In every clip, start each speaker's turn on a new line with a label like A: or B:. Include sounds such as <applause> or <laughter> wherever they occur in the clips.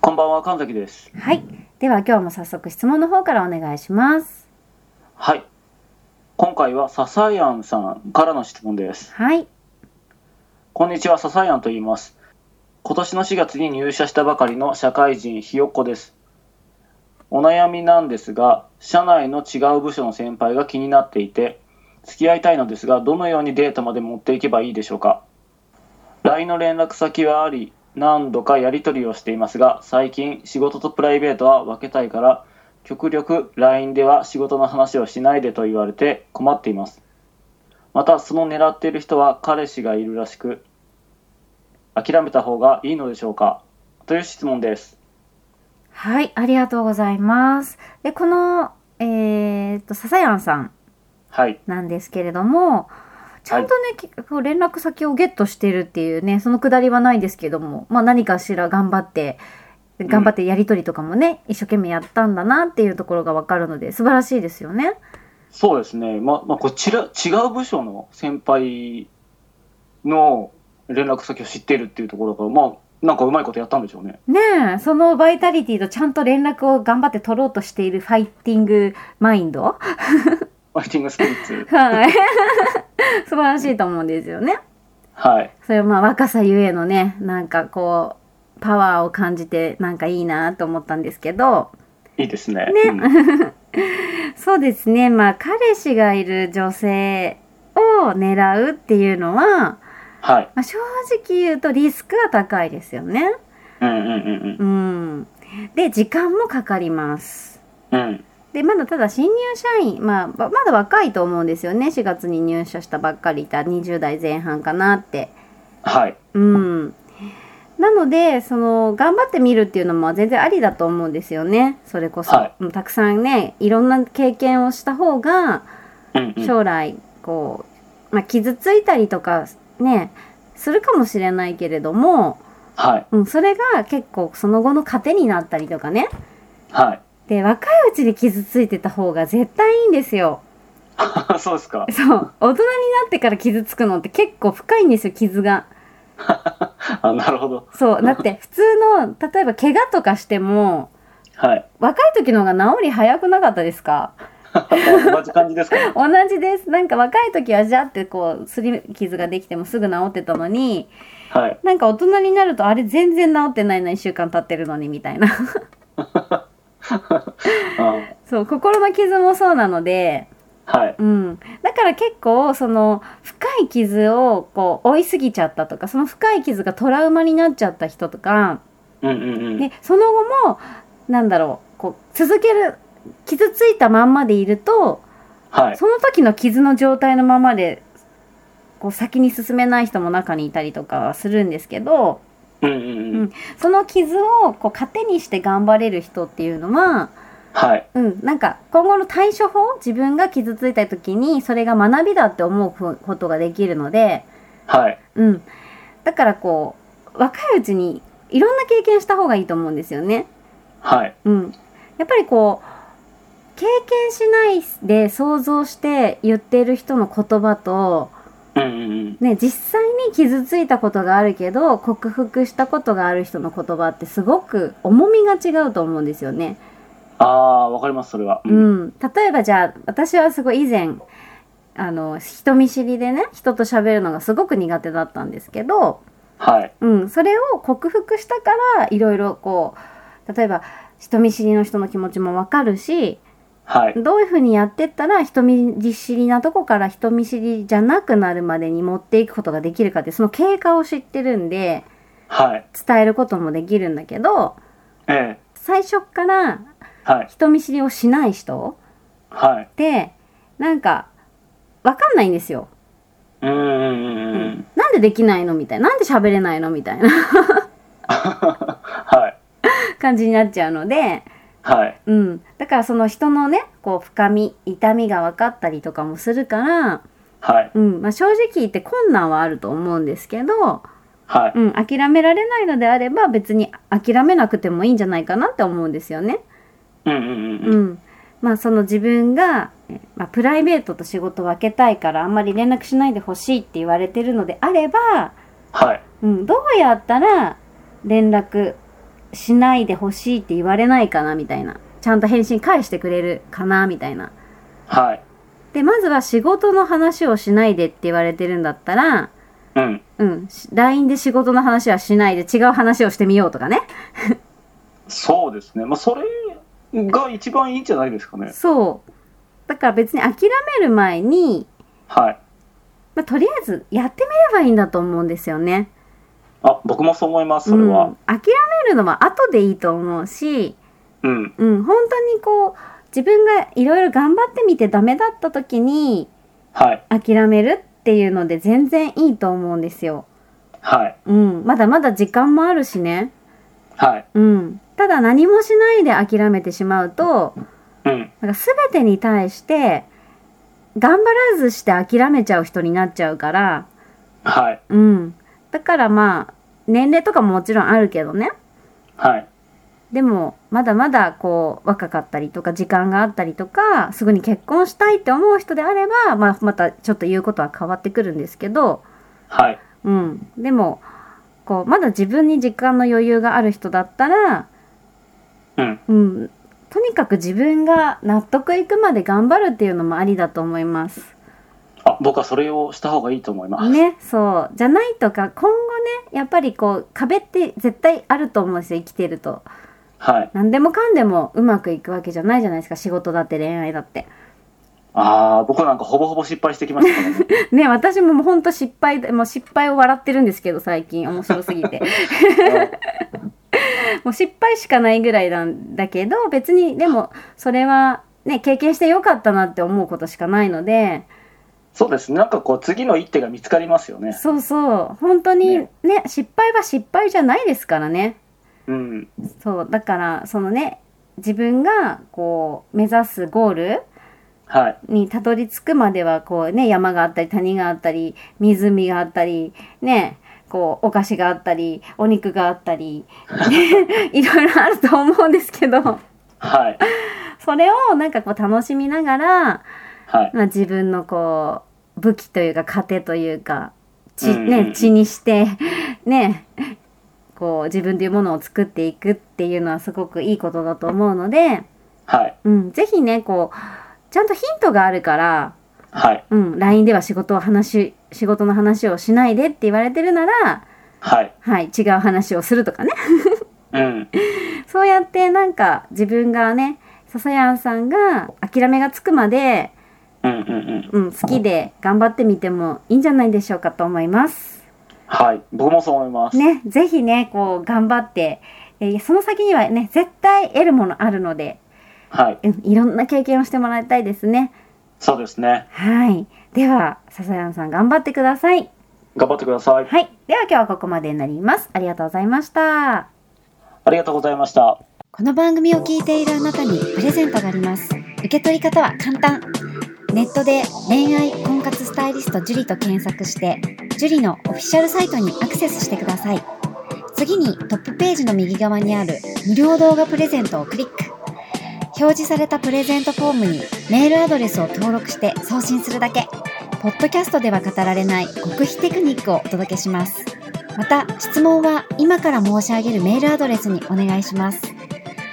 A: こんばんは、神崎です。
B: はい、では今日も早速質問の方からお願いします。
A: はい。今回は笹ンさんからの質問です。
B: はい、
A: こんにちは、笹ンと言います。今年の4月に入社したばかりの社会人ひよっこです。お悩みなんですが、社内の違う部署の先輩が気になっていて、付き合いたいのですが、どのようにデータまで持っていけばいいでしょうか。LINE の連絡先はあり、何度かやり取りをしていますが、最近仕事とプライベートは分けたいから、極力 LINE では仕事の話をしないでと言われて困っています。また、その狙っている人は彼氏がいるらしく、諦めた方がいいのでしょうかという質問です。
B: はい、ありがとうございます。で、この、えー、っと、笹谷さん
A: はい。
B: なんですけれども、ちゃんとね、きこう連絡先をゲットしてるっていうね、そのくだりはないですけども、まあ何かしら頑張って、頑張ってやりとりとかもね、一生懸命やったんだなっていうところがわかるので、素晴らしいですよね。
A: そうですね。ま、まあ、こちら、違う部署の先輩の連絡先を知っているっていうところが、まあ、なんかうまいことやったんでしょうね。
B: ねえ、そのバイタリティとちゃんと連絡を頑張って取ろうとしているファイティングマインド
A: ファイティングスピリッツ。
B: はい。 <laughs> 素晴らしいと思うんですよね。
A: はい。
B: それはまあ若さゆえのね、なんかこう、パワーを感じてなんかいいなと思ったんですけど、
A: いいですね。
B: ね
A: うん
B: そうですね、まあ彼氏がいる女性を狙うっていうのは、
A: はい。
B: まあ、正直言うとリスクが高いですよね。
A: うんうんうん
B: うん。で、時間もかかります。
A: うん。うん。
B: で、まだただ新入社員、まあ、ままだ若いと思うんですよね。4月に入社したばっかりいた20代前半かなって
A: はい。
B: うん。なので、その、頑張ってみるっていうのも全然ありだと思うんですよね。それこそ。
A: は
B: うんたくさんね、いろんな経験をした方が、
A: うんうん。
B: 将来、こう、まあ、傷ついたりとか、ね、するかもしれないけれども、
A: はい。
B: うん、それが結構その後の糧になったりとかね。
A: はい。
B: で、若いうちに傷ついてた方が絶対いいんですよ。
A: <laughs> そうですか。
B: そう。大人になってから傷つくのって結構深いんですよ、傷が。
A: あ、なるほど。
B: そう。だって、普通の、例えば、怪我とかしても、
A: はい。 <laughs>
B: 若い時の方が治り早くなかったですか
A: 同じ感じですかね。
B: 同じです。なんか若い時はジャってこう、すり傷ができてもすぐ治ってたのに、
A: はい。
B: なんか大人になるとあれ全然治ってないな、一週間経ってるのにみたいな。 <laughs>
A: あ
B: そう、心の傷もそうなので、
A: はい。
B: うん。だから結構、その、深い傷をこう、追いすぎちゃったとか、その深い傷がトラウマになっちゃった人とか、
A: うんうんうん。
B: でその後もなんだろうこう続ける傷ついたまんまでいると
A: はい。
B: その時の傷の状態のままでこう先に進めない人も中にいたりとかはするんですけど
A: うんうんう
B: うん
A: ん。
B: その傷をこう糧にして頑張れる人っていうのは、
A: はい。
B: うん、なんか今後の対処法自分が傷ついた時にそれが学びだって思うことができるので、
A: はい。
B: うん、だからこう若いうちにいろんな経験した方がいいと思うんですよね。
A: はい。
B: うん、やっぱりこう経験しないで想像して言っている人の言葉と、
A: うんうんうん。
B: ね、実際に傷ついたことがあるけど克服したことがある人の言葉ってすごく重みが違うと思うんですよね。
A: ああ、わかります、それは。
B: う。ん、例えばじゃあ私はすごい以前あの人見知りでね人と喋るのがすごく苦手だったんですけど、
A: はい。
B: うん、それを克服したからいろいろこう例えば人見知りの人の気持ちもわかるし
A: はい。
B: どういうふうにやってったら人見知りなとこから人見知りじゃなくなるまでに持っていくことができるかってその経過を知ってるんで
A: はい。
B: 伝えることもできるんだけど
A: ええ。
B: 最初から
A: はい。
B: 人見知りをしない人
A: はい。
B: ってなんかわかんないんですよ。
A: うんうんうんう。
B: うんんなんでできないのみたいな。なんで喋れないのみたいな
A: <laughs>
B: <laughs>
A: はい。
B: 感じになっちゃうので、
A: はい。
B: うん。だからその人のね、こう深み、痛みが分かったりとかもするから、
A: はい。
B: うん。まあ正直言って困難はあると思うんですけど、
A: はい。
B: うん、諦められないのであれば別に諦めなくてもいいんじゃないかなって思うんですよね。
A: うんうんうん
B: う
A: うん。
B: ん。まあその自分が、えまあ、プライベートと仕事分けたいからあんまり連絡しないでほしいって言われてるのであれば、
A: はい。
B: うん、どうやったら連絡しないでほしいって言われないかなみたいな。ちゃんと返信返してくれるかなみたいな。
A: はい。
B: で、まずは仕事の話をしないでって言われてるんだったら、
A: うん。
B: うん、し LINE で仕事の話はしないで違う話をしてみようとかね。
A: そうですね。まあ、それが一番いいんじゃないですかね。
B: そう。だから別に諦める前に、
A: はい。
B: まあ、とりあえずやってみればいいんだと思うんですよね。
A: あ、僕もそう思います、それ
B: う
A: は
B: ん。、諦めるのは後でいいと思うし、
A: うん。
B: うん、本当にこう、自分がいろいろ頑張ってみてダメだった時に
A: はい。
B: 諦めるっていうので全然いいと思うんですよ。
A: はい。
B: うん、まだまだ時間もあるしね。
A: はい。
B: うん。ただ何もしないで諦めてしまうと、
A: うん。
B: なんか全てに対して頑張らずして諦めちゃう人になっちゃうから、
A: はい。
B: うん。だからまあ、年齢とかももちろんあるけどね。
A: はい。
B: でも、まだまだこう、若かったりとか、時間があったりとか、すぐに結婚したいって思う人であれば、まあ、またちょっと言うことは変わってくるんですけど、
A: はい。
B: うん。でも、こう、まだ自分に時間の余裕がある人だったら、
A: うん。
B: うん。とにかく自分が納得いくまで頑張るっていうのもありだと思います。
A: あ、僕はそれをした方がいいと思います。
B: ね、そう。じゃないとか、今後ね、やっぱりこう、壁って絶対あると思うんですよ、生きてると。
A: はい。
B: 何でもかんでもうまくいくわけじゃないじゃないですか仕事だって恋愛だって
A: ああ、僕なんかほぼほぼ失敗してきましたからね。
B: ね私ももうほんと失敗でもう失敗を笑ってるんですけど最近面白すぎて <laughs> もう失敗しかないぐらいなんだけど別にでもそれはね経験してよかったなって思うことしかないので
A: そうですね。なんかこう、次の一手が見つかりますよね。
B: そうそう本当にね
A: ね
B: 失敗は失敗じゃないですからね
A: うん。
B: そうだからそのね自分がこう目指すゴール
A: はい。
B: にたどり着くまではこうね山があったり谷があったり湖があったりねこうお菓子があったりお肉があったり、 <laughs> ねいろいろあると思うんですけど
A: はい。
B: それをなんかこう楽しみながら、
A: はい。
B: まあ、自分のこう武器というか糧というか血,、
A: うんうんう
B: ね、
A: ん
B: 血にしてねこう自分というものを作っていくっていうのはすごくいいことだと思うので、
A: はい。
B: うん、ぜひねこうちゃんとヒントがあるから
A: はい。
B: うん、LINE では仕事を話し、仕事の話をしないでって言われてるなら、
A: はい。
B: はい、違う話をするとかね。
A: うん。
B: そうやってなんか自分がね、笹谷さんが諦めがつくまで、
A: うんうんうん。
B: うん、好きで頑張ってみてもいいんじゃないでしょうかと思います。
A: はい。僕もそう思います。
B: ね、ぜひね、こう頑張って、えーその先にはね、絶対得るものあるので、
A: はい。
B: うん、いろんな経験をしてもらいたいですね。
A: そうですね。
B: はい。では、笹谷さん頑張ってください。
A: 頑張ってください。
B: はい。では今日はここまでになります。ありがとうございました。
A: ありがとうございました。
C: この番組を聞いているあなたにプレゼントがあります。受け取り方は簡単。ネットで恋愛婚活スタイリスト樹と検索して、樹のオフィシャルサイトにアクセスしてください。次にトップページの右側にある無料動画プレゼントをクリック。
B: 表示されたプレゼントフォームにメールアドレスを登録して送信するだけポッドキャストでは語られない極秘テクニックをお届けしますまた質問は今から申し上げるメールアドレスにお願いします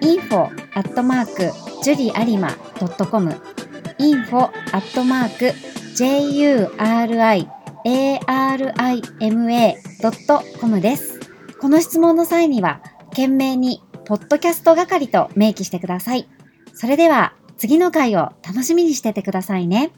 B: info at mark juriarima.com info at mark juriarima.com ですこの質問の際には懸命にポッドキャスト係と明記してくださいそれでは次の回を楽しみにしててくださいね。